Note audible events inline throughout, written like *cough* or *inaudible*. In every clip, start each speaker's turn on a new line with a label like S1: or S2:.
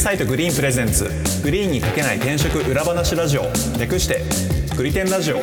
S1: サイトグリーンプレゼンツグリーンにかけない転職裏話ラジオ略してグリテンラジオは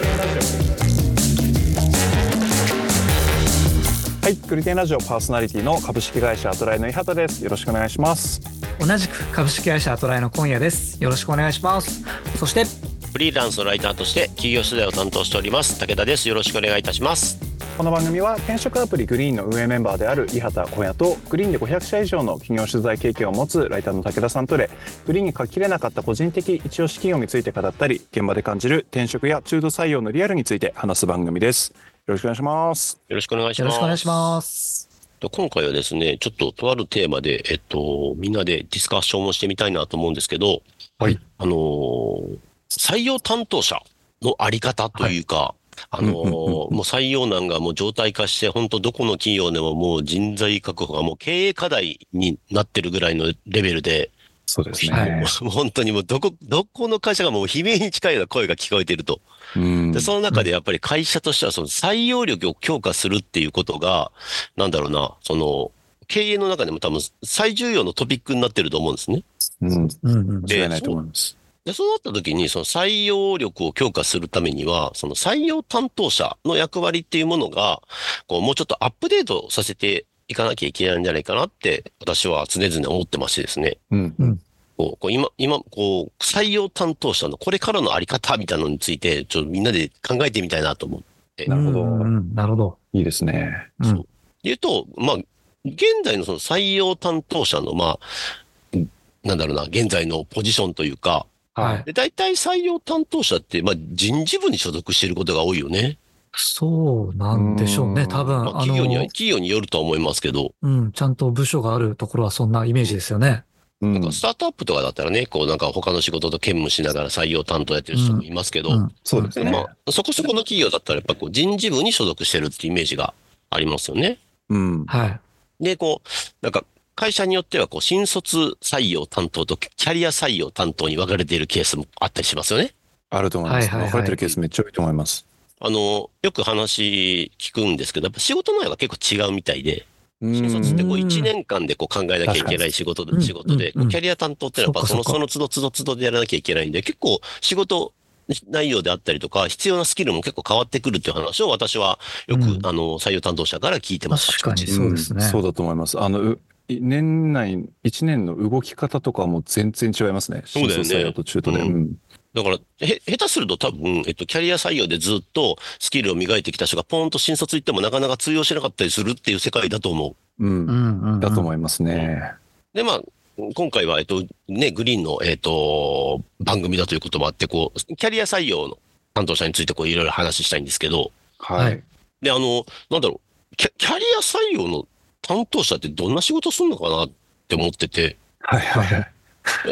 S1: いグリテンラジオパーソナリティの株式会社アトライの井畑ですよろしくお願いします
S2: 同じく株式会社アトライの今夜ですよろしくお願いしますそして
S3: フリーランスのライターとして企業取材を担当しております武田ですよろしくお願いいたします
S1: この番組は転職アプリグリーンの運営メンバーである伊畑小屋とグリーンで500社以上の企業取材経験を持つライターの武田さんとでグリーンに書ききれなかった個人的一押し企業について語ったり現場で感じる転職や中途採用のリアルについて話す番組ですよろしくお願いします
S3: よろしくお願いし
S2: よ
S3: ま
S2: ろ
S3: す
S2: しくお願いします
S3: と今回はですねちょっととあるテーマでえっとみんなでディスカッションもしてみたいなと思うんですけど
S2: はい
S3: あのー採用担当者のあり方というか、あの
S1: う
S3: ー
S1: んうんうん
S3: もう採用難がもう常態化して、本当どこの企業でももう人材確保がもう経営課題になってるぐらいのレベルで、
S1: そうで
S2: はい
S3: もうもう本当にもうどこ、どこの会社がもう悲鳴に近いような声が聞こえていると。
S1: うん
S3: で、その中でやっぱり会社としてはその採用力を強化するっていうことが、なんだろうな、その、経営の中でも多分最重要のトピックになってると思うんですね。
S1: うん
S2: うんうん
S3: で
S1: 間違いないと思います
S3: で、そうなった時に、その採用力を強化するためには、その採用担当者の役割っていうものが、こう、もうちょっとアップデートさせていかなきゃいけないんじゃないかなって、私は常々思ってましてですね。
S1: うん
S3: こうこう今、今、こう、採用担当者のこれからのあり方みたいなのについて、ちょっとみんなで考えてみたいなと思う
S1: なるほど
S2: うんうんうんなるほど
S1: いいですね
S2: うん
S3: そう言うと、まあ、現在のその採用担当者の、まあ、なんだろうな、現在のポジションというか、
S2: はい
S3: で大体採用担当者って、まあ、人事部に所属していることが多いよね。
S2: そうなんでしょう
S1: う
S2: ね
S1: ん
S2: 多分
S3: まあ、
S2: あ
S3: 企業には、
S2: の
S3: 企業によるとは思いますけど、
S2: うんちゃんと部署があるところはそんなイメージですよね
S1: うん
S3: スタートアップとかだったらね、こうなんか他の仕事と兼務しながら採用担当やってる人もいますけど、
S2: うん
S1: そうです
S3: で
S1: ね
S3: もまあ、そこそこの企業だったらやっぱこう人事部に所属してるってイメージがありますよね。
S1: うん
S2: はい
S3: で、こう、なんか、会社によっては、こう、新卒採用担当とキャリア採用担当に分かれているケースもあったりしますよね。
S1: あると思います
S2: はいはいは
S1: 分
S2: い
S1: かれてるケースめっちゃ多いと思います
S3: あの、よく話聞くんですけど、やっぱ仕事内は結構違うみたいで、
S1: うん
S3: 新卒ってこう
S2: うん
S3: 1年間でこう考えなきゃいけない仕事
S2: 確か
S3: で、
S2: に
S3: 仕
S2: う
S3: 事で、
S2: んうんうん
S3: こうキャリア担当ってのはやっぱ
S2: そ
S3: そ
S2: っ
S3: の、
S2: かそ
S3: そ
S2: っ
S3: の都度都度都度でやらなきゃいけないんで、結構仕事内容であったりとか、必要なスキルも結構変わってくるっていう話を私はよく、
S2: うん
S3: あの、採用担当者から聞いてました。
S2: 確かにそうですね
S1: んそうだと思います。あのう年内一年の動き方とかも全然違いますね。
S3: そうだよね
S1: 新卒採用と中途で。
S3: う
S1: うん
S3: だから、へ、下手すると多分、えっと、キャリア採用でずっとスキルを磨いてきた人がポーンと新卒行ってもなかなか通用しなかったりするっていう世界だと思う。
S1: うん
S2: うんうんうん
S1: だと思いますね。
S3: で、まあ、今回は、えっと、ね、グリーンの、えっと、番組だということもあって、こう、キャリア採用の担当者についてこう、いろいろ話したいんですけど、
S1: は
S2: はいい。
S3: で、あの、なんだろう、キャ、キャリア採用の担当者ってどんな仕事すんのかなって思ってて、
S1: はいはいはい。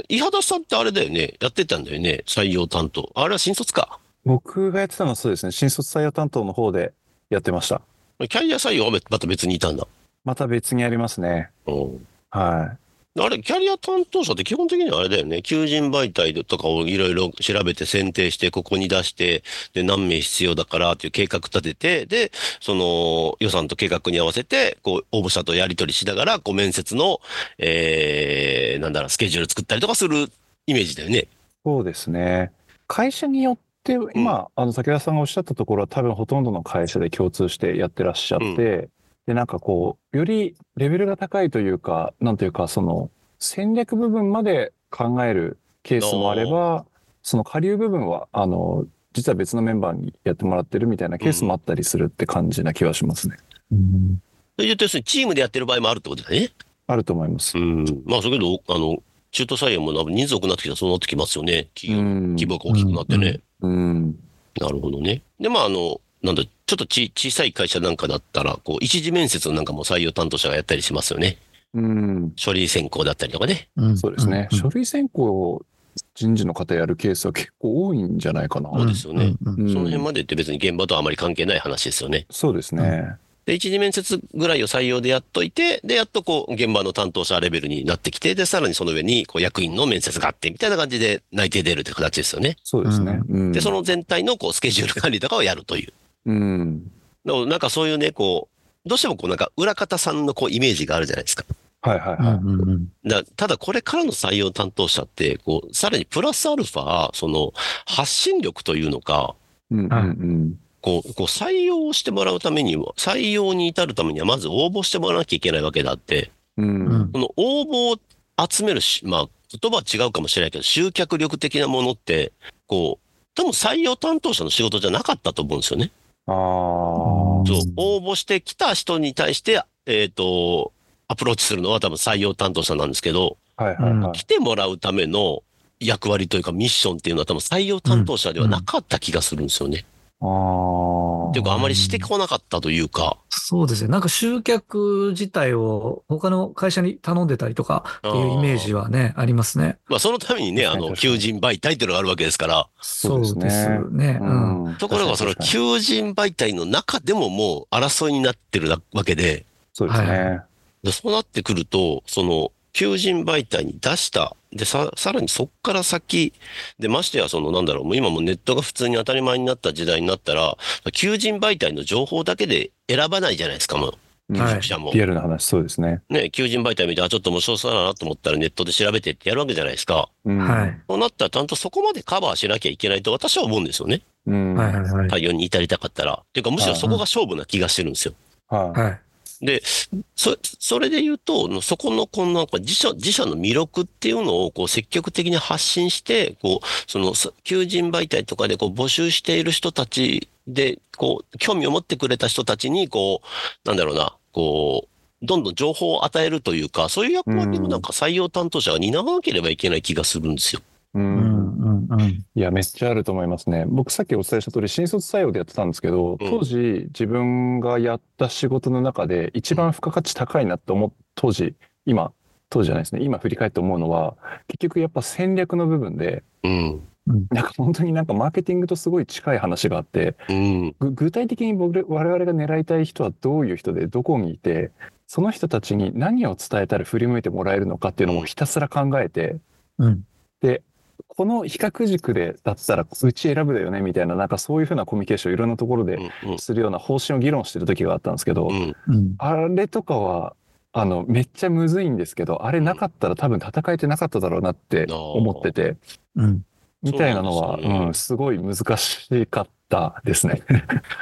S3: 伊畑さんってあれだよね、やってたんだよね、採用担当。あれは新卒か。
S1: 僕がやってたのはそうですね。新卒採用担当の方でやってました。
S3: キャリア採用はまた別にいたんだ。
S1: また別にありますね。
S3: うん。
S1: は
S3: あれ、キャリア担当者って基本的にはあれだよね。求人媒体とかをいろいろ調べて選定して、ここに出して、で、何名必要だからっていう計画立てて、で、その予算と計画に合わせて、こう、応募者とやり取りしながら、こう、面接の、えー、なんだろう、スケジュール作ったりとかするイメージだよね。
S1: い。そうですね。会社によって、今、あの、武田さんがおっしゃったところは多分ほとんどの会社で共通してやってらっしゃって、
S3: うん
S1: で、なんかこう、よりレベルが高いというか、なんというか、その、戦略部分まで考えるケースもあれば、その下流部分は、あの、実は別のメンバーにやってもらってるみたいなケースもあったりするって感じな気はしますね。
S2: うん
S3: というと、要するにチームでやってる場合もあるってことだね。
S1: あると思います。
S3: うん。まあ、それけど、あの、中途採用も人数多くなってきたらそうなってきますよね。企業の
S1: ん
S3: 規模が大きくなってね。
S2: うん
S1: うん。
S3: なるほどね。で、まあ、あの、なんだ、ちょっとち小さい会社なんかだったら、こう、一次面接なんかも採用担当者がやったりしますよね。
S1: うん。
S3: 書類選考だったりとかね。
S2: うん
S1: そうですね。
S2: うん
S1: 書類選考を人事の方やるケースは結構多いんじゃないかな。
S3: そうですよね
S2: んうんうん
S1: うん
S3: その辺までって別に現場とはあまり関係ない話ですよね。
S1: そうですね。
S3: で、一次面接ぐらいを採用でやっといて、で、やっとこう、現場の担当者レベルになってきて、で、さらにその上に、こう、役員の面接があって、みたいな感じで内定出るって形ですよね。
S1: そうですね。うん。
S3: で、その全体のこう、スケジュール管理とかをやるという。
S1: うん。
S3: なのでなんかそういうね、こう、どうしてもこう、なんか、裏方さんのこう、イメージがあるじゃないですか。
S1: はいはいうはい。
S2: んうんうん
S3: だただこれからの採用担当者って、こう、さらにプラスアルファ、その、発信力というのか、
S1: うんうんうん。
S3: こう、こう採用をしてもらうためにも、採用に至るためには、まず応募してもらわなきゃいけないわけだって、
S1: うん
S2: う
S1: うん
S2: ん
S3: この応募を集めるし、まあ、言葉は違うかもしれないけど、集客力的なものって、こう、多分採用担当者の仕事じゃなかったと思うんですよね。
S1: ああ。
S3: そう
S2: うん、
S3: 応募してきた人に対して、えっ、と、アプローチするのは多分採用担当者なんですけど、
S1: はいはいはい
S3: 来。てもらうための役割というかミッションっていうのは多分採用担当者ではなかった気がするんですよね。
S1: ああ。
S3: っていうかあまりしてこなかったというか、
S2: そうですね。なんか集客自体を他の会社に頼んでたりとかっていうイメージはね、ありますね。
S3: まあそのためにね、あ
S1: 確か
S3: の、
S1: に確かに
S3: 求人媒体っていうのがあるわけですから、
S2: そうう
S1: ですね
S2: ですね。うん。
S3: ところがその
S1: 確かに確かに
S3: 求人媒体の中でももう争いになってるわけで、
S1: そうですね。
S3: でそうなってくると、その、求人媒体に出した。で、さ、さらにそっから先。で、ましてや、その、なんだろう、もう今もうネットが普通に当たり前になった時代になったら、求人媒体の情報だけで選ばないじゃないですか、もう、
S1: うん
S2: はい
S3: 読者も。
S1: リアルな話、そうですね。
S3: ね、求人媒体見て、あ、ちょっと面白そうだなと思ったらネットで調べてってやるわけじゃないですか。
S1: うん
S2: はい。
S3: そうなったらちゃんとそこまでカバーしなきゃいけないと私は思うんですよね。
S1: うん。
S2: は
S1: はいい
S2: はいはい。
S3: 対応に至りたかったら。っていうか、むしろそこが勝負な気がしてるんですよ。
S1: は
S2: はい。
S3: そ、それで言うと、そこの、このなんか自社、自社の魅力っていうのを、こう、積極的に発信して、こう、その、そ求人媒体とかで、こう、募集している人たちで、こう、興味を持ってくれた人たちに、こう、なんだろうな、こう、どんどん情報を与えるというか、そういう役割もなんか採用担当者が担わなければいけない気がするんですよ。
S1: い。う。
S2: うんんうんうん。
S1: いや、めっちゃあると思いますね。僕、さっきお伝えした通り、新卒採用でやってたんですけど、当時、自分がやった仕事の中で、一番付加価値高いなって思う、当時、今、当時じゃないですね。今振り返って思うのは、結局やっぱ戦略の部分で、
S3: うん。
S1: なんか本当になんかマーケティングとすごい近い話があって、
S3: うん。
S1: ぐ具体的に僕ら我々が狙いたい人はどういう人でどこにいてその人たちに何を伝えたら振り向いてもらえるのかっていうのもひたすら考えて
S2: うん。
S1: この比較軸でだったらうち選ぶだよねみたいななんかそういうふうなコミュニケーションをいろんなところで
S3: うん。
S1: するような方針を議論してる時があったんですけど、
S3: うん。
S2: うん。
S1: あれとかはあのめっちゃむずいんですけどあれなかったら多分戦えてなかっただろうなって思ってて
S2: うん。
S1: みたいなのは
S3: そうなんですよね
S1: うん、すごい難しかったです
S3: *laughs*
S1: ね。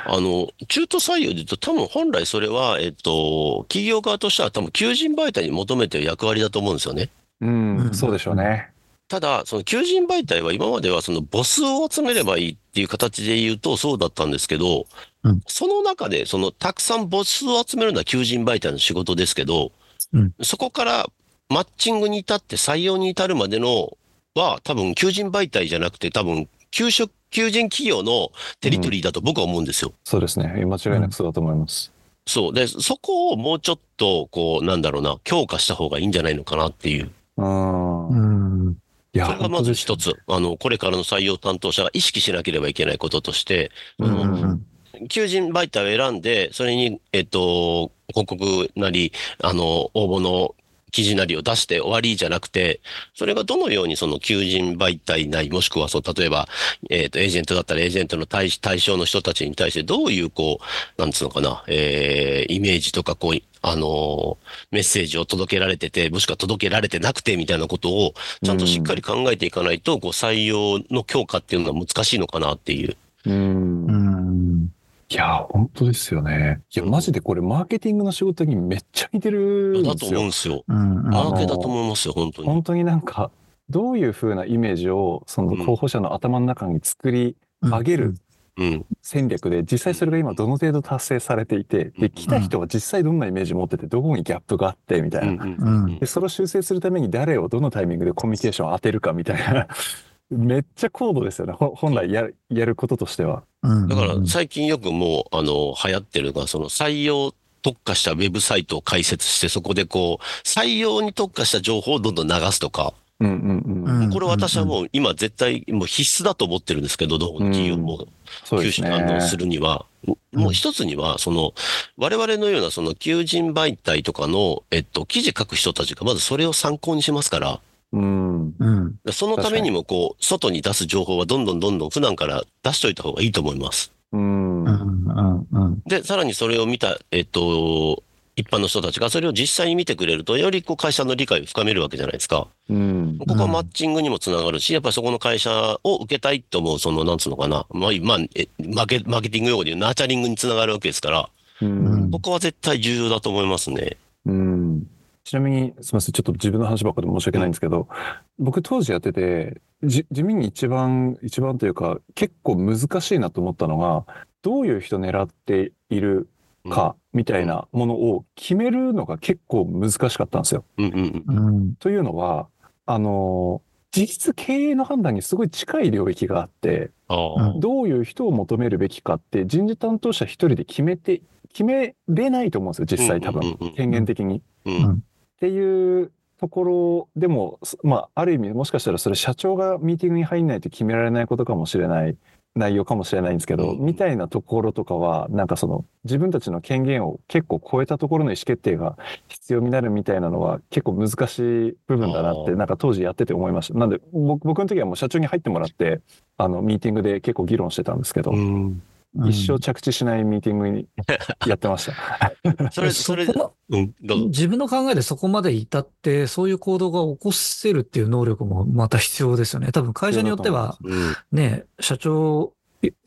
S3: あの、中途採用で言うと、多分本来それは、えっと、企業側としては多分求人媒体に求めてる役割だと思うんですよね。
S1: うん、
S2: うん
S1: そうでしょうね。
S3: ただ、その求人媒体は今まではその母数を集めればいいっていう形で言うとそうだったんですけど、
S2: うん
S3: その中で、そのたくさん母数を集めるのは求人媒体の仕事ですけど、
S2: うん
S3: そこからマッチングに至って採用に至るまでのは多分求人媒体じゃなくて多分求職、求人企業のテリトリーだと僕は思うんですよ。
S1: そうですね。間違いなくそうだと思います。
S3: そう。で、そこをもうちょっと、こう、なんだろうな、強化した方がいいんじゃないのかなっていう。
S1: うん。い
S2: うん。
S1: や、
S3: それがまず一
S1: 本
S3: つ。あの、これからの採用担当者が意識しなければいけないこととして、
S2: うんうん
S3: 求人媒体を選んで、それに、えっと、広告なり、あの、応募の記事なりを出して終わりじゃなくて、それがどのようにその求人媒体なり、もしくはその、例えば、えっ、と、エージェントだったらエージェントの対対象の人たちに対してどういう、こう、なんつうのかな、えー、イメージとか、こう、あのメッセージを届けられてて、もしくは届けられてなくてみたいなことを、ちゃんとしっかり考えていかないと、こう、採用の強化っていうのは難しいのかなっていう。
S1: 当うん
S2: う。ん。
S1: いや、本当ですよね。いや、マジでこれ、マーケティングの仕事にめっちゃ似てるん
S3: だ
S1: で
S3: と
S1: す
S3: 思うん
S1: よ。
S3: ですよ。
S2: うんうん
S1: あ
S3: マ
S1: の
S3: ーケだと思いますよ、本当に。
S1: 本当になんか、どういう風なイメージを、その
S3: うん
S1: 候補者の頭の中に作り上げる
S3: うん。
S1: 戦略で、実際それが今どの程度達成されていて、
S3: うん
S1: で、来た人は実際どんなイメージ持ってて、どこにギャップがあって、みた
S3: う
S1: いな。
S3: ん。
S2: うん
S3: うん
S1: で、それを修正するために誰をどのタイミングでコミュニケーションを当てるかみたいな、 *laughs* めっちゃ高度ですよね。ほ本来やるやることとしては。
S2: うん
S3: だから最近よくもう、あの、流行ってるのが、その採用特化したウェブサイトを開設して、そこでこう、採用に特化した情報をどんどん流すとか、
S1: うんうんうん。
S2: うん
S3: これ私はもう今絶対もう必須だと思ってるんですけど、どこの企業も
S1: そうです
S3: 求職
S1: ね。
S3: 担当するには、
S2: うん
S3: もう一つには、その、我々のようなその求人媒体とかの、えっと、記事書く人たちがまずそれを参考にしますから、
S1: うん。
S2: うん
S3: そのためにもこう、外に出す情報はどんどんどんどん普段から出しといた方がいいと思います。
S1: うん。
S2: うんうんうん
S3: で、さらにそれを見た、えっと、一般の人たちがそれを実際に見てくれると、よりこう会社の理解を深めるわけじゃないですか。
S1: うん
S3: ここはマッチングにもつながるし、やっぱりそこの会社を受けたいと思う、その、なんつうのかな、まあ、まあ、えマーケマーケティング用語で言うナーチャリングにつながるわけですから、
S1: うん
S3: ここは絶対重要だと思いますね。
S1: うんちなみにすみませんちょっと自分の話ばっかで申し訳ないんですけど僕当時やっててじ地味に一番一番というか結構難しいなと思ったのがどういう人狙っている
S3: うん
S1: かみたいなものを決めるのが結構難しかったんですよ。
S3: うんうん
S2: うん。
S1: というのはあの実質経営の判断にすごい近い領域があって
S3: ああ
S2: うん
S1: どういう人を求めるべきかって人事担当者一人で決めて決めれないと思うんですよ実際多
S3: うん
S1: 分
S3: うんうん
S1: 権限的に。っ
S3: うん
S1: ていうところでもそまあある意味もしかしたらそれ社長がミーティングに入んないと決められないことかもしれない。内容かもしれないんですけど、
S3: うん
S1: みたいなところとかはなんかその自分たちの権限を結構超えたところの意思決定が必要になるみたいなのは結構難しい部分だなって
S3: あ
S1: なんか当時やってて思いましたなんで僕僕の時はもう社長に入ってもらってあのミーティングで結構議論してたんですけど、
S3: うん
S1: 一生着地しないミーティングにやってました
S3: それ、そ
S2: そ
S3: れ、
S2: こ
S3: うん、
S2: ま
S3: どうぞ。
S2: 自分の考えでそこまで至って、そういう行動が起こせるっていう能力もまた必要ですよね。多分会社によっては、
S3: うん
S2: ね、社長を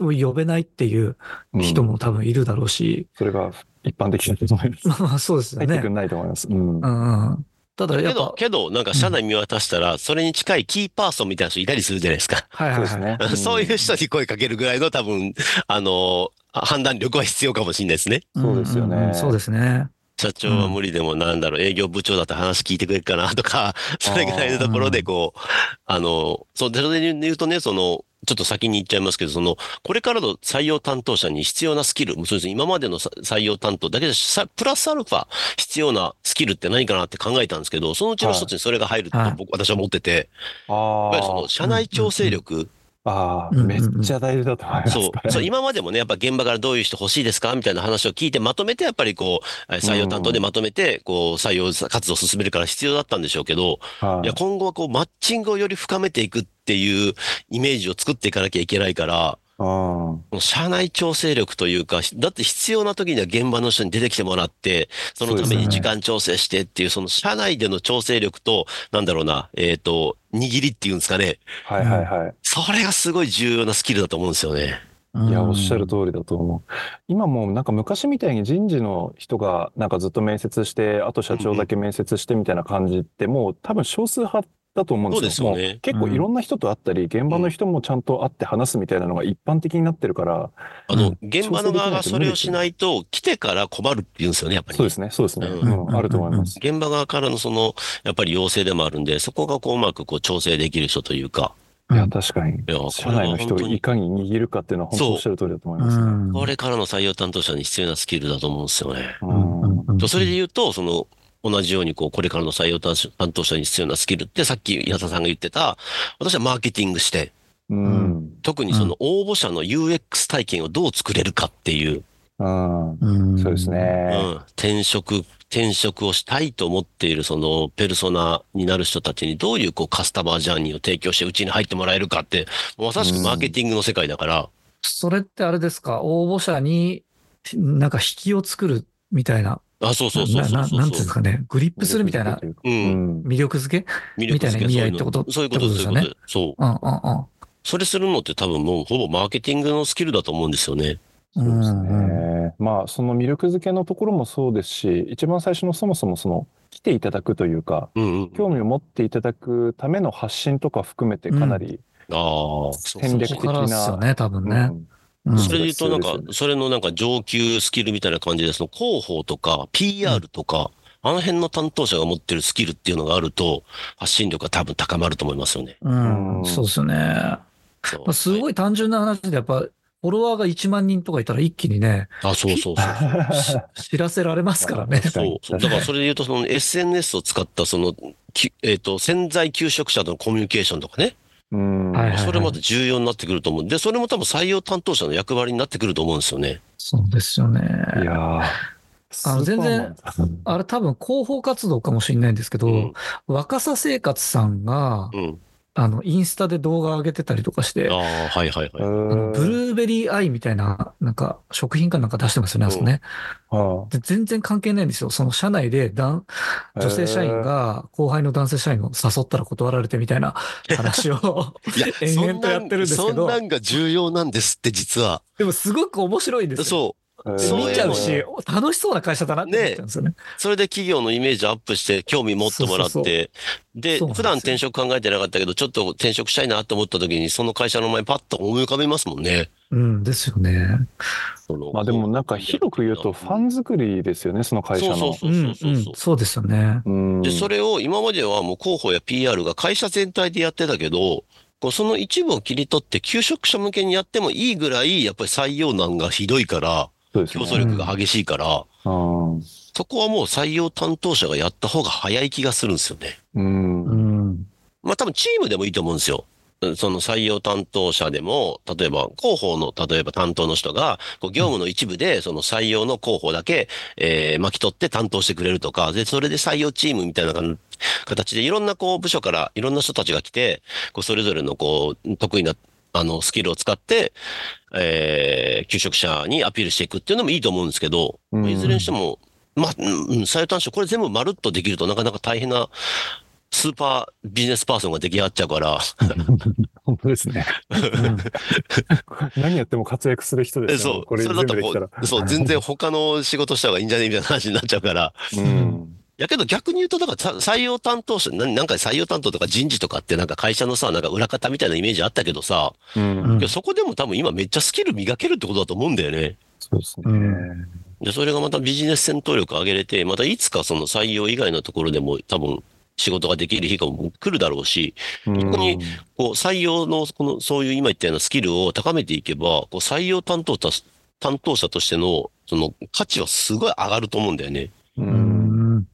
S2: 呼べないっていう
S3: *laughs*
S1: うん
S2: 人も多分いるだろうし、
S1: それが一般的だと思います
S2: まあまあそうですよ
S1: 入ってく
S2: ね
S1: ん。ないと思います、うん
S2: うんうん。ただや
S3: け
S2: っぱ
S3: ど、、けど、なんか社内見渡したら、それに近いキーパーソンみたいな人いたりするじゃないですか。
S2: はいはい
S1: そう
S2: は
S1: で
S2: い。
S1: すね、
S3: そういう人に声かけるぐらいの多分、あの、判断力は必要かもしれないですね。
S1: そうですよね
S2: んんんそうですね。
S3: 社長は無理でもなんだろう、営業部長だって話聞いてくれるかなとか、 *laughs* それぐらいのところでこう、あの、そう、それで言うとね、その、ちょっと先に言っちゃいますけど、その、これからの採用担当者に必要なスキル、もうそうですね今までのさ採用担当だけで、さプラスアルファ必要なスキルって何かなって考えたんですけど、そのうちの一つにそれが入ると
S2: はい
S3: 僕、私は思ってて、や
S1: あ
S3: っぱりそ
S1: ー
S3: の、社内調整力、
S1: あ
S2: うん
S1: ー
S2: うん
S1: めっちゃ大事だと思います、
S3: *laughs* そ
S1: こ
S3: う。
S1: れ
S3: そう、今までもね、やっぱ現場からどういう人欲しいですかみたいな話を聞いてまとめて、やっぱりこう、えー採用担当でまとめて、こう、採用活動を進めるから必要だったんでしょうけど、
S1: はい
S3: いや、今後はこう、マッチングをより深めていくっていうイメージを作っていかなきゃいけないから、
S1: うん
S3: この社内調整力というか、だって必要な時には現場の人に出てきてもらって、そのために時間調整してっていう、その社内での調整力と、なんだろうな、えっと、握りっていうんですかね。
S1: はいはいはい、
S3: それがすごい重要なスキルだと思うんですよね。
S1: いや、おっしゃる通りだと思う。今もうなんか昔みたいに人事の人がなんかずっと面接して、あと社長だけ面接してみたいな感じって、もう多分少数派だと思うんですよ。
S3: そうですよね
S1: もう結構いろんな人と会ったり、現場の人もちゃんと会って話すみたいなのが一般的になってるから、
S3: あ
S2: う
S3: の
S2: ん、
S3: 現場の側がそれをしないと、来てから困るって言うんですよね、やっぱり
S1: そう
S3: ね。
S1: ですね、そうですね。
S3: う
S1: うんん、あると思います。
S3: 現場側からのその、やっぱり要請でもあるんで、そこがこううまくこう調整できる人というか、
S2: うん
S1: いや、確かに。
S3: いや、こ
S1: 社
S3: れは
S1: 内の人
S3: 本
S1: を
S3: 当
S1: い
S3: に、
S1: かに握るかっていうのは本
S3: そ
S1: 当
S3: う
S1: おっしゃる通りだと思いうます。
S2: ん
S3: これからの採用担当者に必要なスキルだと思うんですよね。
S2: うん
S1: う
S2: うんんうん
S3: それで言うと、その、同じようにこう、これからの採用担当者に必要なスキルって、さっき矢田さんが言ってた、私はマーケティングして、
S1: うん。
S3: 特にその応募者の UX 体験をどう作れるかっていう、
S1: うん。
S2: うん
S1: そうです。
S3: う
S1: ね。
S3: ん、転職、転職をしたいと思っているそのペルソナになる人たちにどういうこうカスタマージャーニーを提供してうちに入ってもらえるかって、まさしくマーケティングの世界だから、
S2: それってあれですか、応募者になんか引きを作るみたいな、
S3: あ、そうそうそう
S2: な
S3: そう
S2: な
S3: そう。
S2: なんていうんですかね、グリップするみたいな
S1: 魅力的と
S3: う。
S1: いうかうんん。
S2: 魅力付け
S3: 魅力
S2: みたいな意味合いってこと
S3: そういうことです、
S2: って
S3: そ
S2: こ
S3: う
S2: と
S3: い
S2: ですよ
S3: うことです。そう。
S2: うんうん
S3: それするのって多分もうほぼマーケティングのスキルだと思うんですよね。
S2: うん。
S1: そうです
S2: うん
S1: ね。まあ、その魅力づけのところもそうですし、一番最初のそもそもその、来ていただくというか、
S3: うんうん。
S1: 興味を持っていただくための発信とか含めてかなり、
S3: ああ、そうそう
S1: 戦
S2: うん。
S1: 略
S2: そ
S1: 的
S2: こからですよね、多分
S1: う
S2: ね。
S1: ん
S2: うん
S3: それで言うと、なん
S1: そうですよ
S3: か、それのなんか上級スキルみたいな感じで、その広報とか PR とか、あの辺の担当者が持ってるスキルっていうのがあると、発信力が多分高まると思いますよね。
S2: うん
S1: うん
S2: そうですよね。ま
S3: そう
S2: あ、すごい単純な話で、やっぱ、フォロワーが1万人とかいたら一気にね、
S3: あ、そうそうそう。
S1: *laughs*
S2: し知らせられますからね。
S1: 確か
S3: そ
S1: に
S3: う。だからそれで言うと、その SNS を使った、その、きえっ、と、潜在求職者とのコミュニケーションとかね。
S1: *laughs* うん。
S2: はいはい
S3: それまで重要になってくると思うんで、それも多分採用担当者の役割になってくると思うんですよね。
S2: そうですよね。
S1: いやー
S2: あの
S1: スーパーマン
S2: あれ多分広報活動かもしれないんですけど、
S3: うん
S2: 若さ生活さんが
S3: うん。
S2: あの、インスタで動画上げてたりとかして、
S3: ああ、はいはいはい。
S2: あのブルーベリーアイみたいな、なんか、食品かなんか出してますよね、あそこね。
S1: ー
S2: で、全然関係ないんですよ。その社内で男、女性社員が後輩の男性社員を誘ったら断られてみたい
S3: *laughs*
S2: な話を、
S3: いや、
S2: 延々とやってるんですけど
S3: そんなんそんなんが重要なんですって、実は。
S2: でもすごく面白いんですよ。
S3: そ
S1: へー
S3: そう
S2: 見ちゃうし、楽しそうな会社だなって思っちゃうんですよね。
S3: う。それで企業のイメージアップして、興味持ってもらって。
S2: そうそうそ
S3: で、
S2: そうなんですよ
S3: 普段転職考えてなかったけど、ちょっと転職したいなと思った時に、その会社の前パッと思い浮かべますもんね。
S2: うん、ですよね。
S3: その
S1: まあでもなんか広く言うとファン作りですよね、その会社の。
S3: そうそう
S2: うん、
S3: そう
S2: う、
S3: そうそうん
S2: そうですよね。
S1: うん
S3: で、それを今まではもう広報や PR が会社全体でやってたけど、こうその一部を切り取って求職者向けにやってもいいぐらい、やっぱり採用難がひどいから、
S1: そうです
S3: 競
S1: ね
S3: 争力が激しいから、
S1: うん
S3: そこはもう採用担当者がやった方が早い気がするんですよね。
S1: うん
S2: う。ん。
S3: まあ多分チームでもいいと思うんですよ。うんその採用担当者でも、例えば広報の、例えば担当の人が、こう業務の一部で、その採用の広報だけ、えー巻き取って担当してくれるとか、で、それで採用チームみたいな感形で、いろんなこう部署からいろんな人たちが来て、こうそれぞれのこう、得意な、あの、スキルを使って、えー求職者にアピールしていくっていうのもいいと思うんですけど、
S1: うん
S3: いずれにしても、まあ、うんうん採用担当、これ全部まるっとできるとなかなか大変なスーパービジネスパーソンが出来上がっちゃうから、
S1: 本当ですね。 *laughs*
S2: うん
S1: 何やっても活躍する人で
S3: え
S1: すよ、
S3: そ
S1: こ
S3: う、
S1: れ
S3: そ
S1: 全
S3: れだ
S1: 部で
S3: と
S1: きた
S3: こ
S1: ら。
S3: う、そう、全然他の仕事した方がいいんじゃねみたいな話になっちゃうから。
S1: うん。
S3: やけど逆に言うと、だからさ採用担当者、ななんか採用担当とか人事とかってなんか会社のさ、なんか裏方みたいなイメージあったけどさ、
S1: うん。
S3: *laughs* いやそこでも多分今めっちゃスキル磨けるってことだと思うんだよね。
S1: そうですね。
S2: うん
S3: で、それがまたビジネス戦闘力上げれて、またいつかその採用以外のところでも多分仕事ができる日が来るだろうし、
S1: うん
S3: こにこう採用の、この、そういう今言ったようなスキルを高めていけば、こう採用担当者、担当者としての、その価値はすごい上がると思うんだよね。
S1: う
S2: うんん。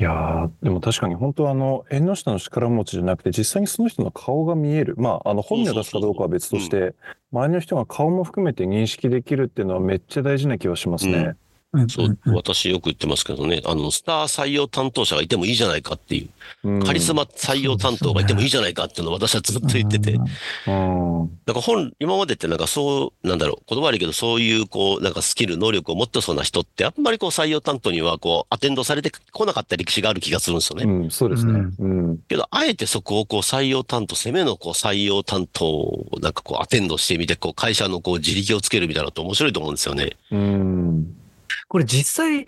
S1: いやーでも確かに本当あの縁の下の力持ちじゃなくて実際にその人の顔が見えるまああの本名出すかどうかは別として周りの人が顔も含めて認識できるっていうのはめっちゃ大事な気はしますね。
S2: うん
S3: そう、私よく言ってますけどね、あの、スター採用担当者がいてもいいじゃないかっていう、
S1: うん
S3: カリスマ採用担当がいてもいいじゃないかっていうのを私はずっと言ってて、
S1: うん
S3: なんか本、今までってなんかそう、なんだろう、言葉悪いけどそういうこう、なんかスキル、能力を持ってそうな人って、あんまりこう採用担当にはこう、アテンドされてこなかった歴史がある気がするんですよね。
S1: うん、そうですね。うん。
S3: けど、あえてそこをこう採用担当、攻めのこう採用担当をなんかこうアテンドしてみて、こう会社のこう自力をつけるみたいなのって面白いと思うんですよね。
S1: うん。
S2: これ実際、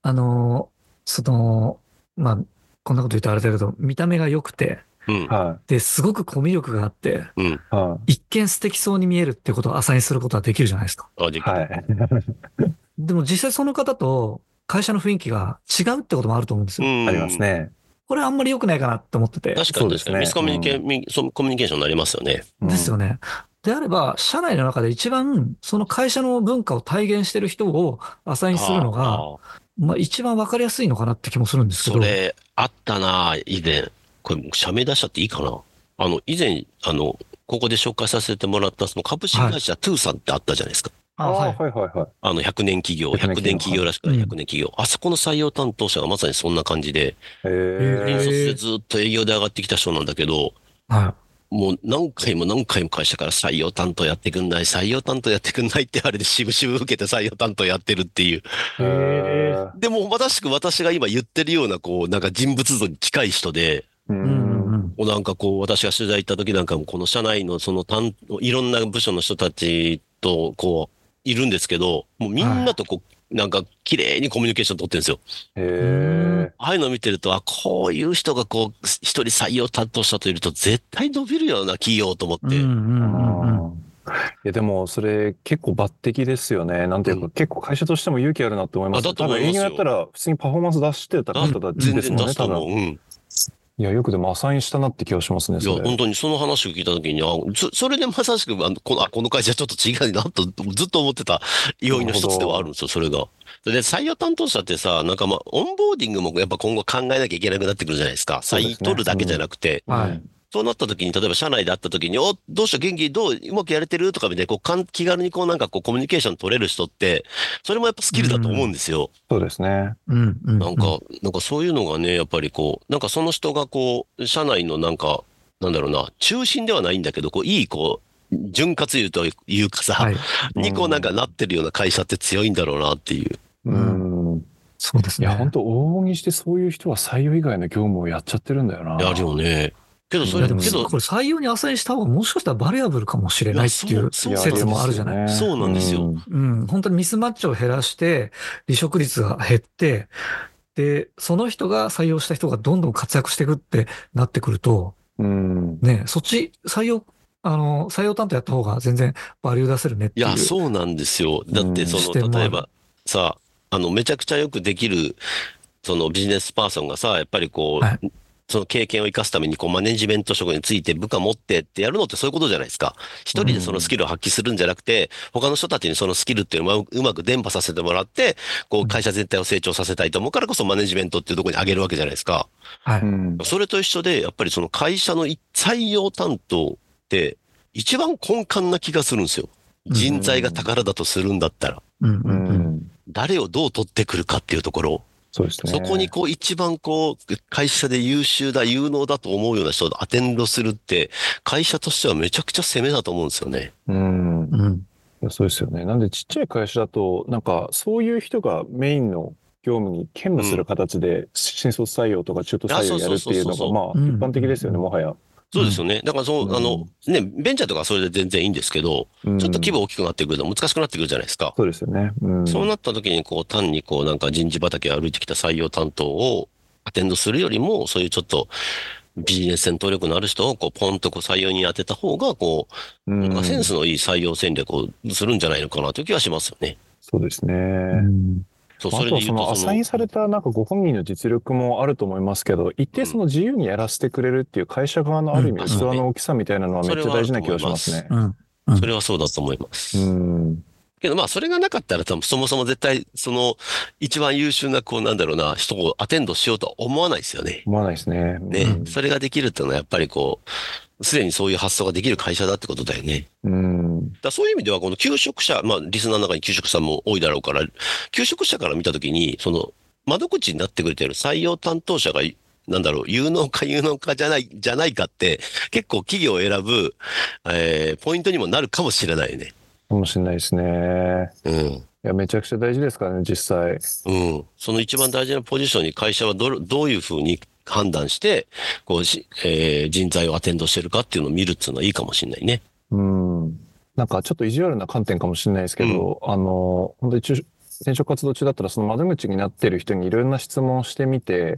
S2: あの、その、まあ、こんなこと言うとあれだけど、見た目が良くて、
S3: うん。
S1: は
S2: で、すごくコミュ力があって、
S3: うん。
S1: い。は
S2: 一見素敵そうに見えるってことをアサインすることはできるじゃないですか。
S3: あ、で
S1: い。
S3: きる
S1: はい。
S2: でも実際その方と会社の雰囲気が違うってこともあると思うんです
S3: う
S2: よ。
S3: ん。
S1: あります。ね。
S2: これあんまり良くないかなって思ってて。
S3: 確かに
S1: そうで
S3: 確
S1: す
S3: か
S1: ね
S3: に。ミスコミュニケ
S1: う
S3: ミそうコミュニケーションになりますよね。
S2: ですよね。であれば、社内の中で一番その会社の文化を体現してる人をアサインするの
S3: あ
S2: が、
S3: ー、
S2: まあ一番わかりやすいのかなって気もするんですけ
S3: そ
S2: ど。
S3: れ、あったな以前。これ、社名出しちゃっていいかなあの、以前、あの、ここで紹介させてもらった、その株式会社トゥーさんってあったじゃないですか。
S1: あ
S2: あ、
S1: は
S2: はいい。
S1: はいはいはい。
S3: あの、100年企業、100
S1: 100
S3: 年
S1: 年
S3: 企業らしく
S2: うん
S3: 100年企業。あそこの採用担当者がまさにそんな感じで、
S1: え
S2: へ
S1: ー
S2: ー
S3: 新卒でずっと営業で上がってきた人なんだけど、
S2: は
S3: もう何回も何回も会社から採用担当やってくんない、採用担当やってくんないってあれで渋々受けて採用担当やってるっていう。
S2: い。
S1: へ
S2: ー
S1: ー
S3: でもまさしく私が今言ってるような、こう、なんか人物像に近い人で、
S1: う
S2: うんうん
S1: ん。
S2: うん。
S3: もうなんかこう、私が取材行った時なんかも、この社内のその担当、いろんな部署の人たちと、こう、いるんですけど、もうみんなとこう、なんか綺麗にコミュニケーション取ってるんですよ。
S1: へえ。
S3: ああいうのを見てると、あ、こういう人がこう、一人採用担当したといると、絶対伸びるような企業と思
S2: う
S3: っ
S2: んうん
S3: て。
S2: うんうん。
S1: いやでもそれ結構抜擢ですよね。なんていうか、
S3: う
S1: 結構会社としても勇気あるなって思います。
S3: あだと思います
S1: 多分
S3: よ
S1: 営業やったら普通にパフォーマンス出してた方だ
S3: 全
S1: です
S3: 然
S1: もん
S3: 出
S1: ね、
S3: すと
S1: 多
S3: 思う。
S1: 分。
S3: うん。
S1: い
S3: い
S1: や、よくでもアサインしたなって気がしますね、
S3: や、
S1: それ。
S3: 本当にその話を聞いたときに、あそ、それでまさしく、あの、この、あこの会社ちょっと違うなと、ずっと思ってた要因の一つではあるんですよ、それが。で、採用担当者ってさ、なんかまあ、オンボーディングもやっぱ今後考えなきゃいけなくなってくるじゃないですか。
S1: そうですね
S3: 採用取るだけじゃなくて。
S2: はい。
S3: そうなった時に、例えば社内で会った時に、お、どうした元気どううまくやれてるとかみたいな、こう、かん気軽にこうなんかこうコミュニケーション取れる人って、それもやっぱスキルだと思うんですよ。
S1: そうですね。
S2: うんうん。
S3: なんか、なんかそういうのがね、やっぱりこう、なんかその人がこう、社内のなんか、なんだろうな、中心ではないんだけど、こう、いい、こう、潤滑油というかさ、
S2: はい。
S3: にこうなんかなってるような会社って強いんだろうなっていう。
S1: うん。
S2: そうです
S1: い
S2: ね。
S1: や、本当往々にしてそういう人は採用以外の業務をやっちゃってるんだよな。
S3: あるよね。けど、そ
S2: いや
S3: れ、
S2: でも、
S3: けど
S2: こ、れ採用に浅いした方がもしかしたらバリアブルかもしれないってい
S3: いや
S2: う
S3: そう
S1: いや
S2: 説もあるじゃない。
S1: りますよね
S3: そうなんですよ
S1: う
S2: うん、本当にミスマッチを減らして、離職率が減って、で、その人が採用した人がどんどん活躍していくってなってくると、
S1: うん。
S2: ね、そっち採用、あの、採用担当やった方が全然バリュー出せるねって
S3: い
S2: いう。
S3: や、そうなんですよ。だって、そ
S2: 視点
S3: の、
S2: もある
S3: 例えば、さ、あの、めちゃくちゃよくできる、そのビジネスパーソンがさ、やっぱりこう、
S2: はい
S3: その経験を生かすために、こう、マネジメント職について部下持ってってやるのってそういうことじゃないですか。一人でそのスキルを発揮するんじゃなくて、他の人たちにそのスキルっていうのをうまく伝播させてもらって、こう、会社全体を成長させたいと思うからこそマネジメントっていうところに上げるわけじゃないですか。
S2: はい。
S1: うん
S3: それと一緒で、やっぱりその会社の採用担当って、一番根幹な気がするんですよ。人材が宝だとするんだったら、
S2: うん
S1: う
S2: うんうん。
S1: ん。
S3: 誰をどう取ってくるかっていうところ、
S1: そうですね。
S3: そこにこう一番こう、会社で優秀だ、有能だと思うような人をアテンドするって、会社としてはめちゃくちゃ攻めだと思うんですよね。
S1: うん。
S2: うん。
S1: そうですよね。なんでちっちゃい会社だと、なんかそういう人がメインの業務に兼務する形で、新卒採用とか中途採用やるっていう
S3: あそうそうそう
S1: の
S3: そ
S1: が、
S3: う
S1: まあ、
S2: う
S1: 一
S2: ん
S1: 般的ですよね、もはや。
S3: そうですよね。だからその、あの、ね、ベンチャーとかはそれで全然いいんですけど、
S1: ちょっ
S3: ちょっと規模大きくなってくると難しくなってくるじゃないですか。
S1: そうですよね。うん。
S3: そうなった時に、こう、単にこう、なんか人事畑を歩いてきた採用担当をアテンドするよりも、そういうちょっと、ビジネス戦闘力のある人を、こう、ポンとこう採用に当てた方が、こ
S1: う
S3: う、なん
S1: ん
S3: かセンスのいい採用戦略をするんじゃないのかなという気はしますよね。
S1: そうですね。
S3: そう、
S1: あ
S3: それ
S1: とは
S3: で言
S1: そうの
S3: と
S1: ア
S3: そ
S1: サインされたなんかご本人の実力もあると思いますけど、一定その自由にやらせてくれるっていう会社側のある意
S2: う
S1: 味
S2: ん
S1: 器の大きさみたいなのはめっちゃ大事な気がしますね。
S2: うん。
S3: それはそうだと思います。
S1: うん。
S3: けど、まあ、それがなかったら、多分そもそも絶対、その、一番優秀な、こう、なんだろうな、人をアテンドしようとは思わないですよね。
S1: 思わないですね。
S3: ね、
S1: うん
S3: それができるっていうのは、やっぱりこう、すでにそういう発想ができる会社だってことだよね。
S1: うん。
S3: だからそういう意味では、この求職者、まあ、リスナーの中に求職者も多いだろうから、求職者から見たときに、その、窓口になってくれてる採用担当者が、なんだろう、有能か有能かじゃない、じゃないかって、結構企業を選ぶ、えー、ポイントにもなるかもしれないよね。
S1: かもしれないですね。
S3: うん。
S1: いや、めちゃくちゃ大事ですからね、実際。
S3: うん。その一番大事なポジションに会社はどれ、どういうふうに判断して、こうし、えー人材をアテンドしてるかっていうのを見るっていうのはいいかもしれないね。
S1: うん。なんかちょっと意地悪な観点かもしれないですけど、あの、本当に中転職活動中だったら、その窓口になってる人にいろんな質問をしてみて、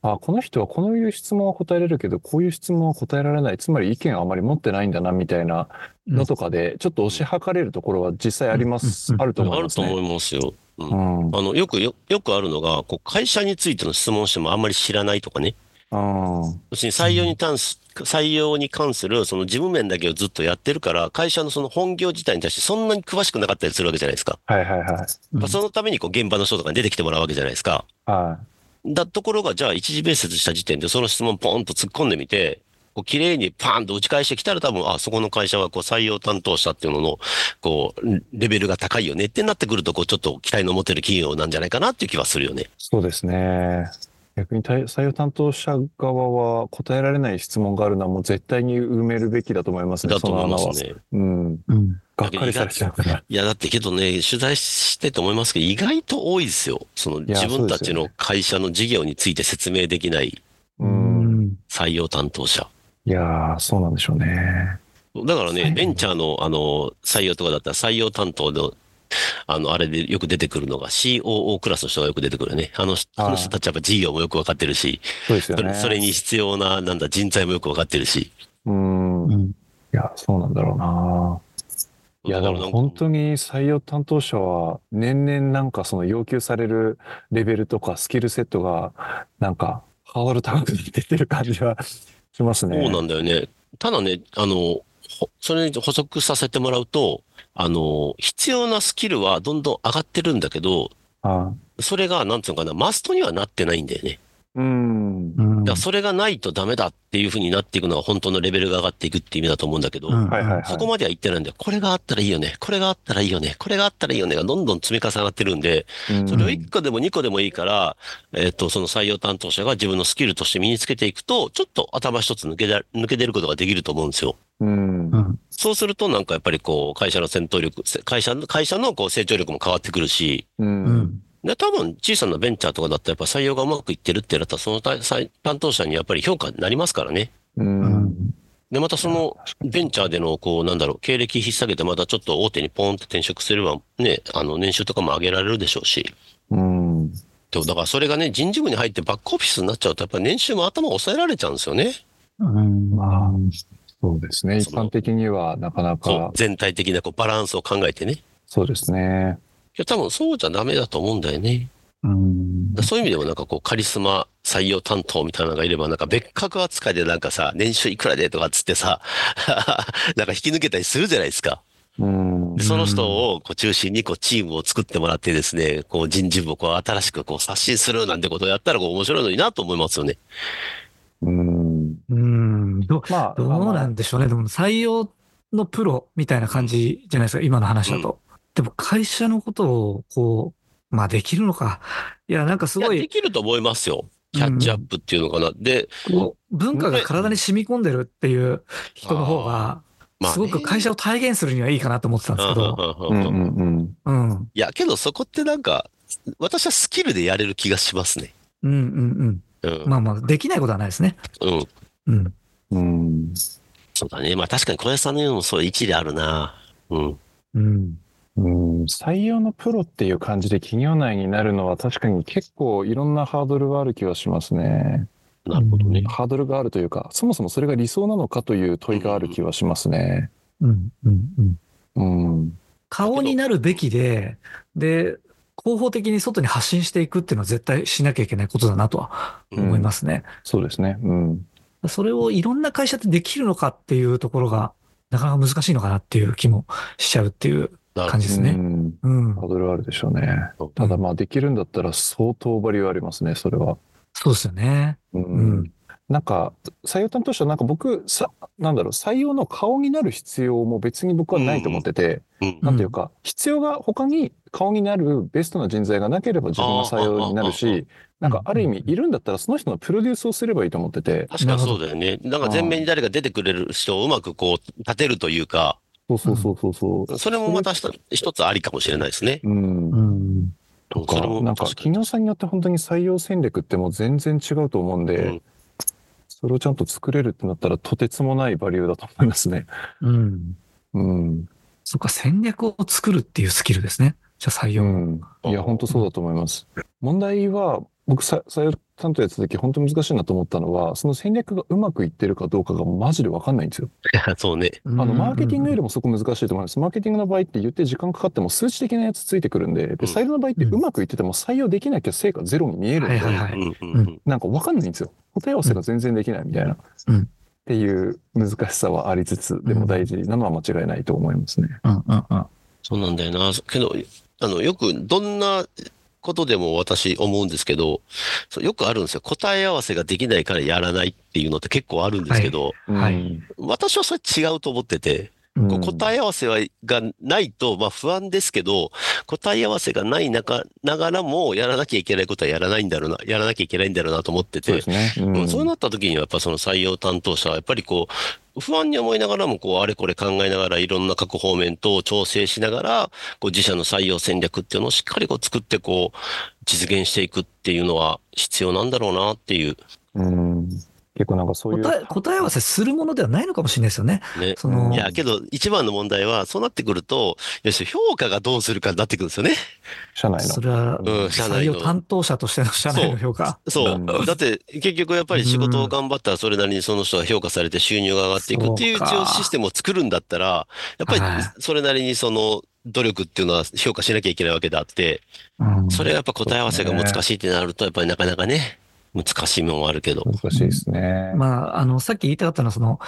S1: あ、この人はこういう質問は答えれるけど、こういう質問は答えられない。つまり意見はあまり持ってないんだな、みたいなのとかで、ちょっと推し量れるところは実際あります、
S2: うん
S1: あると
S3: あ
S1: 思い
S3: る
S1: ます
S3: と
S1: ね。
S3: 思いますよ。うん
S1: うん。
S3: あの、よくよ、よくあるのが、こう、会社についての質問をしてもあんまり知らないとかね。
S1: あ
S3: 要するに採用に関す、採用に関する、その事務面だけをずっとやってるから、会社のその本業自体に対してそんなに詳しくなかったりするわけじゃないですか。
S1: あ、はいはいはい。
S2: うん
S3: まあそのために、こう、現場の人とかに出てきてもらうわけじゃないですか。
S1: は
S3: だところが、じゃあ、一時面接した時点で、その質問ポンと突っ込んでみて、こう、綺麗にパーンと打ち返してきたら、多分、あ、そこの会社は、こう、採用担当者っていうのの、こう、レベルが高いよねってなってくると、こう、ちょっと期待の持てる企業なんじゃないかなっていう気はするよね。
S1: い。そうですね。逆に対採用担当者側は答えられない質問があるのはもう絶対に埋めるべきだと思いますね、
S3: だと思いま
S1: その穴は
S3: すね。
S1: うん。
S2: うん。
S1: がっかりされちゃうから。
S3: いや、だってけどね、取材してと思いますけど、意外と多いですよ。その
S1: や
S3: 自分
S1: そう
S3: たち
S1: ですよ
S3: の会社の事業について説明できない
S1: うん。
S3: 採用担当者。
S1: いやー、そうなんでしょうね。
S3: だから
S2: そう
S3: ね、ベンチャーの、あの、採用とかだったら採用担当の、あの、あれでよく出てくるのが COO クラスの人がよく出てくるよね。あの人、
S1: はい
S3: あの人たちはやっぱ事業もよくわかってるし、
S1: そうですよ
S3: そ
S1: ね。
S3: れそれに必要な、なんだ、人材もよくわかってるし。
S1: うん。
S2: う
S1: い
S2: ん。
S1: や、そうなんだろうな。いや、でも本当
S3: に。
S1: に採用担当者は年々なんかその要求されるレベルとかスキルセットがなんかハードル高くなってってる感じはしますね。
S3: そうなんだよね。ただね、あの、ほそれに補足させてもらうと、あの、必要なスキルはどんどん上がってるんだけど、
S1: あ
S3: それが、なんつうのかな、マストにはなってないんだよね。
S1: うん。
S2: うん
S3: だからそれがないとダメだっていうふうになっていくのは本当のレベルが上がっていくっていう意味だと思うんだけど、
S2: うん
S1: はいはいはい。
S3: そこまでは言ってないんだよ。これがあったらいいよね。これがあったらいいよね。これがあったらいいよね。がどんどん積み重なってるんで、
S1: うん
S3: それを1個でも2個でもいいから、えっと、その採用担当者が自分のスキルとして身につけていくと、ちょっと頭一つ抜けだ、抜け出ることができると思うんですよ。
S1: うん
S2: うん
S3: そうするとなんかやっぱりこう、会社の戦闘力、せ会社の、会社のこう成長力も変わってくるし、
S1: う
S2: うんん
S3: で、多分小さなベンチャーとかだったらやっぱ採用がうまくいってるってなったら、その対採担当者にやっぱり評価になりますからね。
S1: う
S2: うんん
S3: で、またそのベンチャーでの、こう、なんだろう、経歴引っ提げて、またちょっと大手にポーンって転職すれば、ね、あの、年収とかも上げられるでしょうし。
S1: うん
S3: でもだからそれがね、人事部に入ってバックオフィスになっちゃうと、やっぱり年収も頭抑えられちゃうんですよね。
S2: うん
S1: まあ、そうですね。一
S3: その
S1: 般的にはなかな
S3: そう
S1: か、、
S3: 全体的なこうバランスを考えてね。い
S1: そうですね。
S3: や、多分そうじゃダメだと思うんだよね。
S2: うん
S3: だからそういう意味でもなんかこう、カリスマ採用担当みたいなのがいれば、なんか別格扱いでなんかさ、年収いくらでとかっつってさ、 *laughs* なんか引き抜けたりするじゃないですか。
S1: うん
S3: でその人をこう中心にこうチームを作ってもらってですね、こう人事部をこう新しくこう刷新するなんてことをやったらこう面白いのになと思いますよね。
S1: うん
S2: うんど
S1: まあ、
S2: どうな
S1: あの
S2: んでしょうね。でも採用のプロみたいな感じじゃないですか、今の話だと。でも会社のことを、こう、まあできるのか。いや、なんかす
S3: いや、
S2: ご
S3: で
S2: い、
S3: きると思いますよ。キャッチアップっていうのかな。で、
S2: こう文化が体に染み込んでるっていう人の方が、
S3: まあね、
S2: すごく会社を体現するにはいいかなと思ってたんですけど。
S3: う
S1: う
S3: んうん
S1: ん
S3: うん
S1: う
S3: う
S1: んう
S3: ん
S1: ん。
S2: うん。うん
S3: いや、けどそこってなんか、私はスキルでやれる気がしますね。
S2: うんうん。
S3: うん。
S2: まあまあ、できないことはないですね。
S3: うん。
S2: うん。
S1: うん
S3: そうだね。まあ確かに小林さんの言うのもそう一理あるな。うん。
S2: うん。
S1: うん、採用のプロっていう感じで企業内になるのは確かに結構いろんなハードルはある気はしますね。
S3: なるほどね。
S1: ハードルがあるというか、そもそもそれが理想なのかという問いがある気はしますね。
S2: うん。うん。うん。
S1: うん。
S2: 顔になるべきで、で、広報的に外に発信していくっていうのは絶対しなきゃいけないことだなとは
S3: うん
S2: 思いますね。
S1: そうですね。うん。
S2: それをいろんな会社でできるのかっていうところが、なかなか難しいのかなっていう気もしちゃうっていう感じです
S1: う
S2: ね。
S1: ん。
S2: うん
S1: ハ。ードルはあるでしょうね。
S3: そう
S1: ただまあできるんだったら相当バリューありますね、それは。
S2: そうですよね。
S1: う
S2: うん。
S1: なんか、採用担当者、なんか僕、さ、なんだろう、採用の顔になる必要も別に僕はないと思ってて、
S3: うん。
S1: なんていうか、必要が他に顔になるベストな人材がなければ自分の採用になる
S3: あーあー
S1: し、なんかある意味
S2: う、ん
S1: いるんだったらその人のプロデュースをすればいいと思ってて、
S3: 確かにそうだよね。なんか前面に誰か出てくれる人をうまくこう立てるというか、
S1: そうそうそうそうそう。
S3: それもまた一つ一つありかもしれないですね。
S1: うん。
S2: うん。
S1: と
S3: そ
S1: か
S3: れ、も
S1: なんか
S3: 確か
S1: 企業さんによって本当に採用戦略ってもう全然違うと思うんで、
S3: うん
S1: それをちゃんと作れるってなったらとてつもないバリューだと思いますね。
S2: うん。
S1: うん。
S2: そっか、戦略を作るっていうスキルですね。じゃあ採
S1: う
S2: 用。
S1: ん。いや、本当そうだと思います。問題は、僕さ、採用担当やってた時本当難しいなと思ったのは、その戦略がうまくいってるかどうかがマジでわかんないんですよ。
S3: に *laughs* そうね。
S2: あ
S1: あの、マーケティングよりもそこ難しいと思います。マーケティングの場合って言って時間かかっても数値的なやつついてくるんで、で、採用の場合ってうまくいってても採用できなきゃ成果ゼロに見えるんで、
S2: はいはいはい
S3: うんうんうん
S1: なんかわかんないんですよ。答え合わせが全然できないみたいな。
S2: うん
S1: っていう難しさはありつつ、でも大事なのは間違いないと思いますね。
S2: うんうんうん。
S3: そうなんだよな。けど、あの、よく、どんなことでも私思うんですけど、そうよくあるんですよ。答え合わせができないからやらないっていうのって結構あるんですけど、
S2: はい
S1: うん
S3: 私はそれ違うと思ってて、
S1: うん
S3: こう答え合わせはがないと、まあ不安ですけど、答え合わせがない中、ながらもやらなきゃいけないことはやらないんだろうな、やらなきゃいけないんだろうなと思って
S1: そう
S3: て
S1: で、すね。う
S3: うんんそうなった時にはやっぱその採用担当者はやっぱりこう、不安に思いながらもこう、あれこれ考えながらいろんな各方面と調整しながら、こう自社の採用戦略っていうのをしっかりこう作ってこう、実現していくっていうのは必要なんだろうなっていう、
S1: うん結構なんかそういう。
S2: 答え、答え合わせするものではないのかもしれないですよね。
S3: ね。
S2: その、
S1: うん
S3: いや、けど一番の問題は、そうなってくると、要するに評価がどうするかになってくるんですよね。
S1: 社内の。
S2: そ。れは
S3: うん、社
S2: 採
S3: 内
S2: 用
S3: の。
S2: 担当者としての社内の評価。
S3: そううんだって、結局やっぱり仕事を頑張ったらそれなりにその人が評価されて収入が上がっていくっていう
S2: そう
S3: 一
S2: か
S3: 応システムを作るんだったら、やっぱり
S2: は
S3: それなりにその努力っていうのは評価しなきゃいけないわけであって、
S2: うん
S3: それがやっぱ答え合わせが難しいってなると、やっぱりなかなかね、難しいもんはあるけど。
S1: 難しいですね。
S2: まあ、あの、さっき言いたかったのは、その、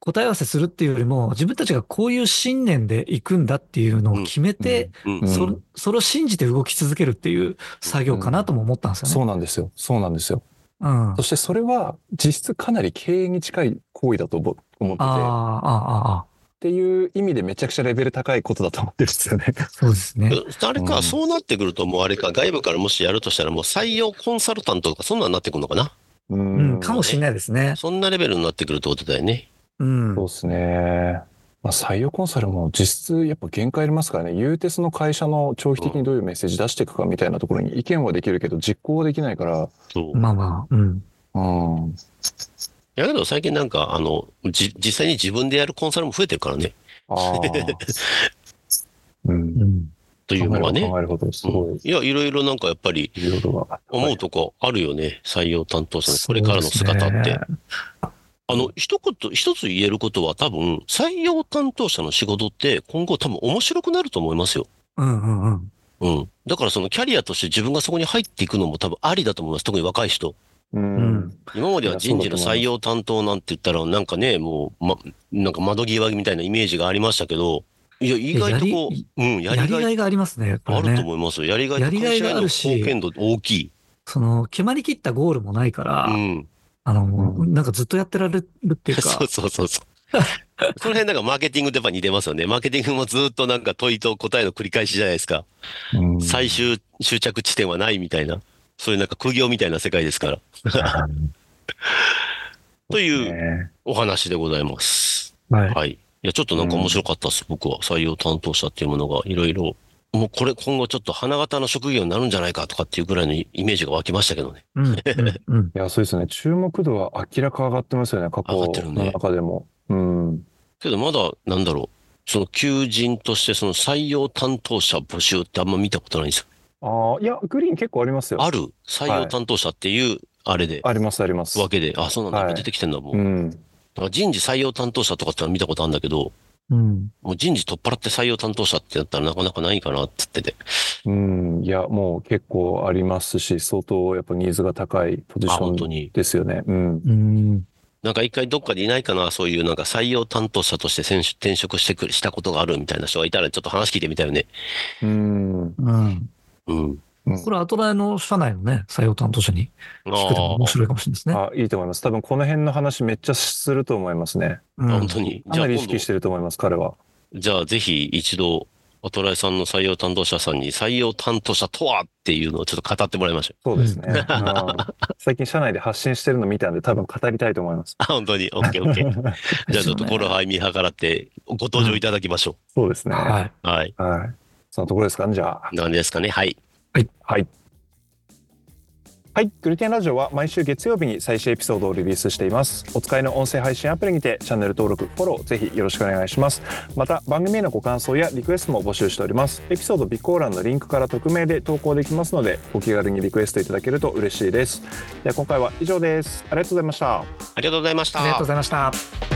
S2: 答え合わせするっていうよりも、自分たちがこういう信念で行くんだっていうのを決めて、
S3: うん
S1: うんう
S2: そ
S1: ん
S2: それを信じて動き続けるっていう作業かなとも思ったんですよね。
S1: そうなんですよ。そうなんですよ。
S2: うん。あ
S1: そしてそれは実質かなり経営に近い行為だと思思ってて、
S2: あ、
S1: っ
S2: ああ、あ
S1: ていう意味でめちゃくちゃレベル高いことだと思ってるんですよね。
S2: あ、そうですね。
S3: あれ
S1: う
S3: か、
S1: ん
S3: そうなってくると、もうあれか、外部からもしやるとしたら、もう採用コンサルタントとか、そんなんなってくるのかな
S1: う
S2: うん、かもしれないですね。
S3: そんなレベルになってくるってことだよね。
S2: うん。
S1: そうですね。まあ、採用コンサルも実質やっぱ限界ありますからね。言うてその会社の長期的にどういうメッセージ出していくかみたいなところに意見はできるけど実行はできないから。
S3: そう。
S2: まあまあ、うん。
S1: うん。
S3: やけど最近なんか、あの、じ、実際に自分でやるコンサルも増えてるからね。
S1: ああ。うん。
S2: うん。
S3: というのはね。
S1: 考えれば考えるほどす
S3: う
S1: ご
S3: ん
S1: い
S3: いや、いろいろなんかやっぱり
S1: いろいろが。
S3: 思うとこあるよね。採用担当者のこれからの姿
S2: そう
S3: っ
S2: で
S3: て。
S2: すね
S3: あの、一言、一つ言えることは多分、採用担当者の仕事って今後多分面白くなると思いますよ。
S2: うんうんうん。
S3: うん。だからそのキャリアとして自分がそこに入っていくのも多分ありだと思います。特に若い人。
S1: う
S2: うん
S1: ん。
S3: 今までは人事の採用担当なんて言ったらなんかね、もう、ま、なんか窓際みたいなイメージがありましたけど、いや、意外
S2: や
S3: とこ
S2: り
S3: う、うん、や
S2: や
S3: り
S2: り
S3: がい
S2: がいがありますね、こ
S3: あ
S2: れ
S3: る
S2: ね。
S3: と思いますよ。やりがい
S2: や
S3: と
S2: りが
S3: 会
S2: い
S3: 社へ
S2: が
S3: の
S2: あるし
S3: 貢献度大きい。
S2: その、決まりきったゴールもないから
S3: う、ん。
S2: あの、
S1: う
S2: なんかずっとやってられるっていうか
S3: *laughs* そう、そうそうそう。
S2: *laughs*
S3: この辺なんかマーケティングとやっぱ似てますよね。マーケティングもずっとなんか問いと答えの繰り返しじゃないですか。
S1: うん
S3: 最終、終着地点はないみたいな。そういうなんか苦行みたいな世界ですから。という
S1: ね
S3: お話でございます。
S2: はい。
S3: はい。いや、ちょっとなんか面白かったです。僕は採用担当者っていうものがいろいろ。もうこれ今後ちょっと花形の職業になるんじゃないかとかっていうぐらいのイメージが湧きましたけどね。
S2: うん、うん、うん。
S1: いや、そうですね。注目度は明らか上がってますよね。過
S3: 上が
S1: 去
S3: ってるね
S1: の中でも。うん。
S3: けどまだなんだろう。その求人としてその採用担当者募集ってあんま見たことないんですよ。
S1: ああ、いや、グリーン結構ありますよ。
S3: ある採用担当者っていうあれで、
S1: あります、あります。
S3: わけで。あ、そうなんだ。
S1: はい
S3: やっぱ出てきてんだもん。
S1: う
S3: だ
S1: ん。
S3: から人事採用担当者とかってのは見たことあるんだけど、
S2: うん。
S3: もう人事取っ払って採用担当者ってなったらなかなかないかなって言ってて。
S1: うん、いや、もう結構ありますし、相当やっぱニーズが高いポジ
S3: あ、
S1: ショ
S3: 本
S1: ン
S3: 当に。
S1: ですよね。うん。
S2: うん。
S3: なんか一回どっかでいないかな、そういうなんか採用担当者として選手転職してくる、したことがあるみたいな人がいたらちょっと話聞いてみたいよね。
S1: うん。
S2: うん。
S3: うん。
S1: うん
S2: これ、アトラエの社内のね、採用担当者に
S3: あ
S2: 聞くのも面
S3: あ、
S2: 白いかもしれないですね。
S1: あ、いいと思います。多分この辺の話めっちゃすると思いますね。
S2: うん
S3: 本当に。
S1: か
S3: じゃあ
S1: なり意
S3: 今度
S1: 識し、てると思います、彼は。
S3: じゃあぜひ一度、アトライさんの採用担当者さんに採用担当者とはっていうのをちょっと語ってもらいましょう。
S1: そうですね。
S2: う
S1: うんん最近社内で発信してるの見たんで、多分語りたいと思います。
S3: あ、本当に。オッケーオッケ *laughs* ー。じゃあちょっ
S2: ですよ
S3: と
S2: ね
S3: この配見計らってご登場いただきましょ
S1: そうですね。は
S2: はい。
S3: う。はい。
S1: い。そのところですかね、じゃあ。
S3: なんですかね。はい。
S1: はい。はい。グルテンラジオは毎週月曜日に最新エピソードをリリースしています。お使いの音声配信アプリにてチャンネル登録、フォロー、ぜひよろしくお願いします。また、番組へのご感想やリクエストも募集しております。エピソード備考欄のリンクから匿名で投稿できますので、お気軽にリクエストいただけると嬉しいです。では、今回は以上です。ありがとうございました。
S3: ありがとうございました。
S2: ありがとうございました。